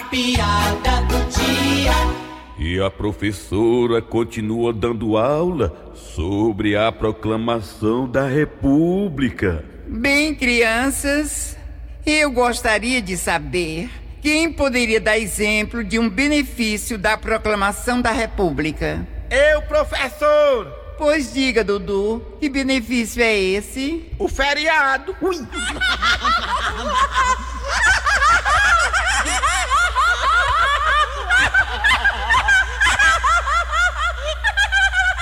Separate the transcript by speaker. Speaker 1: piada do dia.
Speaker 2: E a professora continua dando aula sobre a proclamação da República.
Speaker 3: Bem, crianças, eu gostaria de saber quem poderia dar exemplo de um benefício da proclamação da República.
Speaker 4: Eu, professor!
Speaker 3: Pois diga, Dudu, que benefício é esse?
Speaker 4: O feriado! Ui.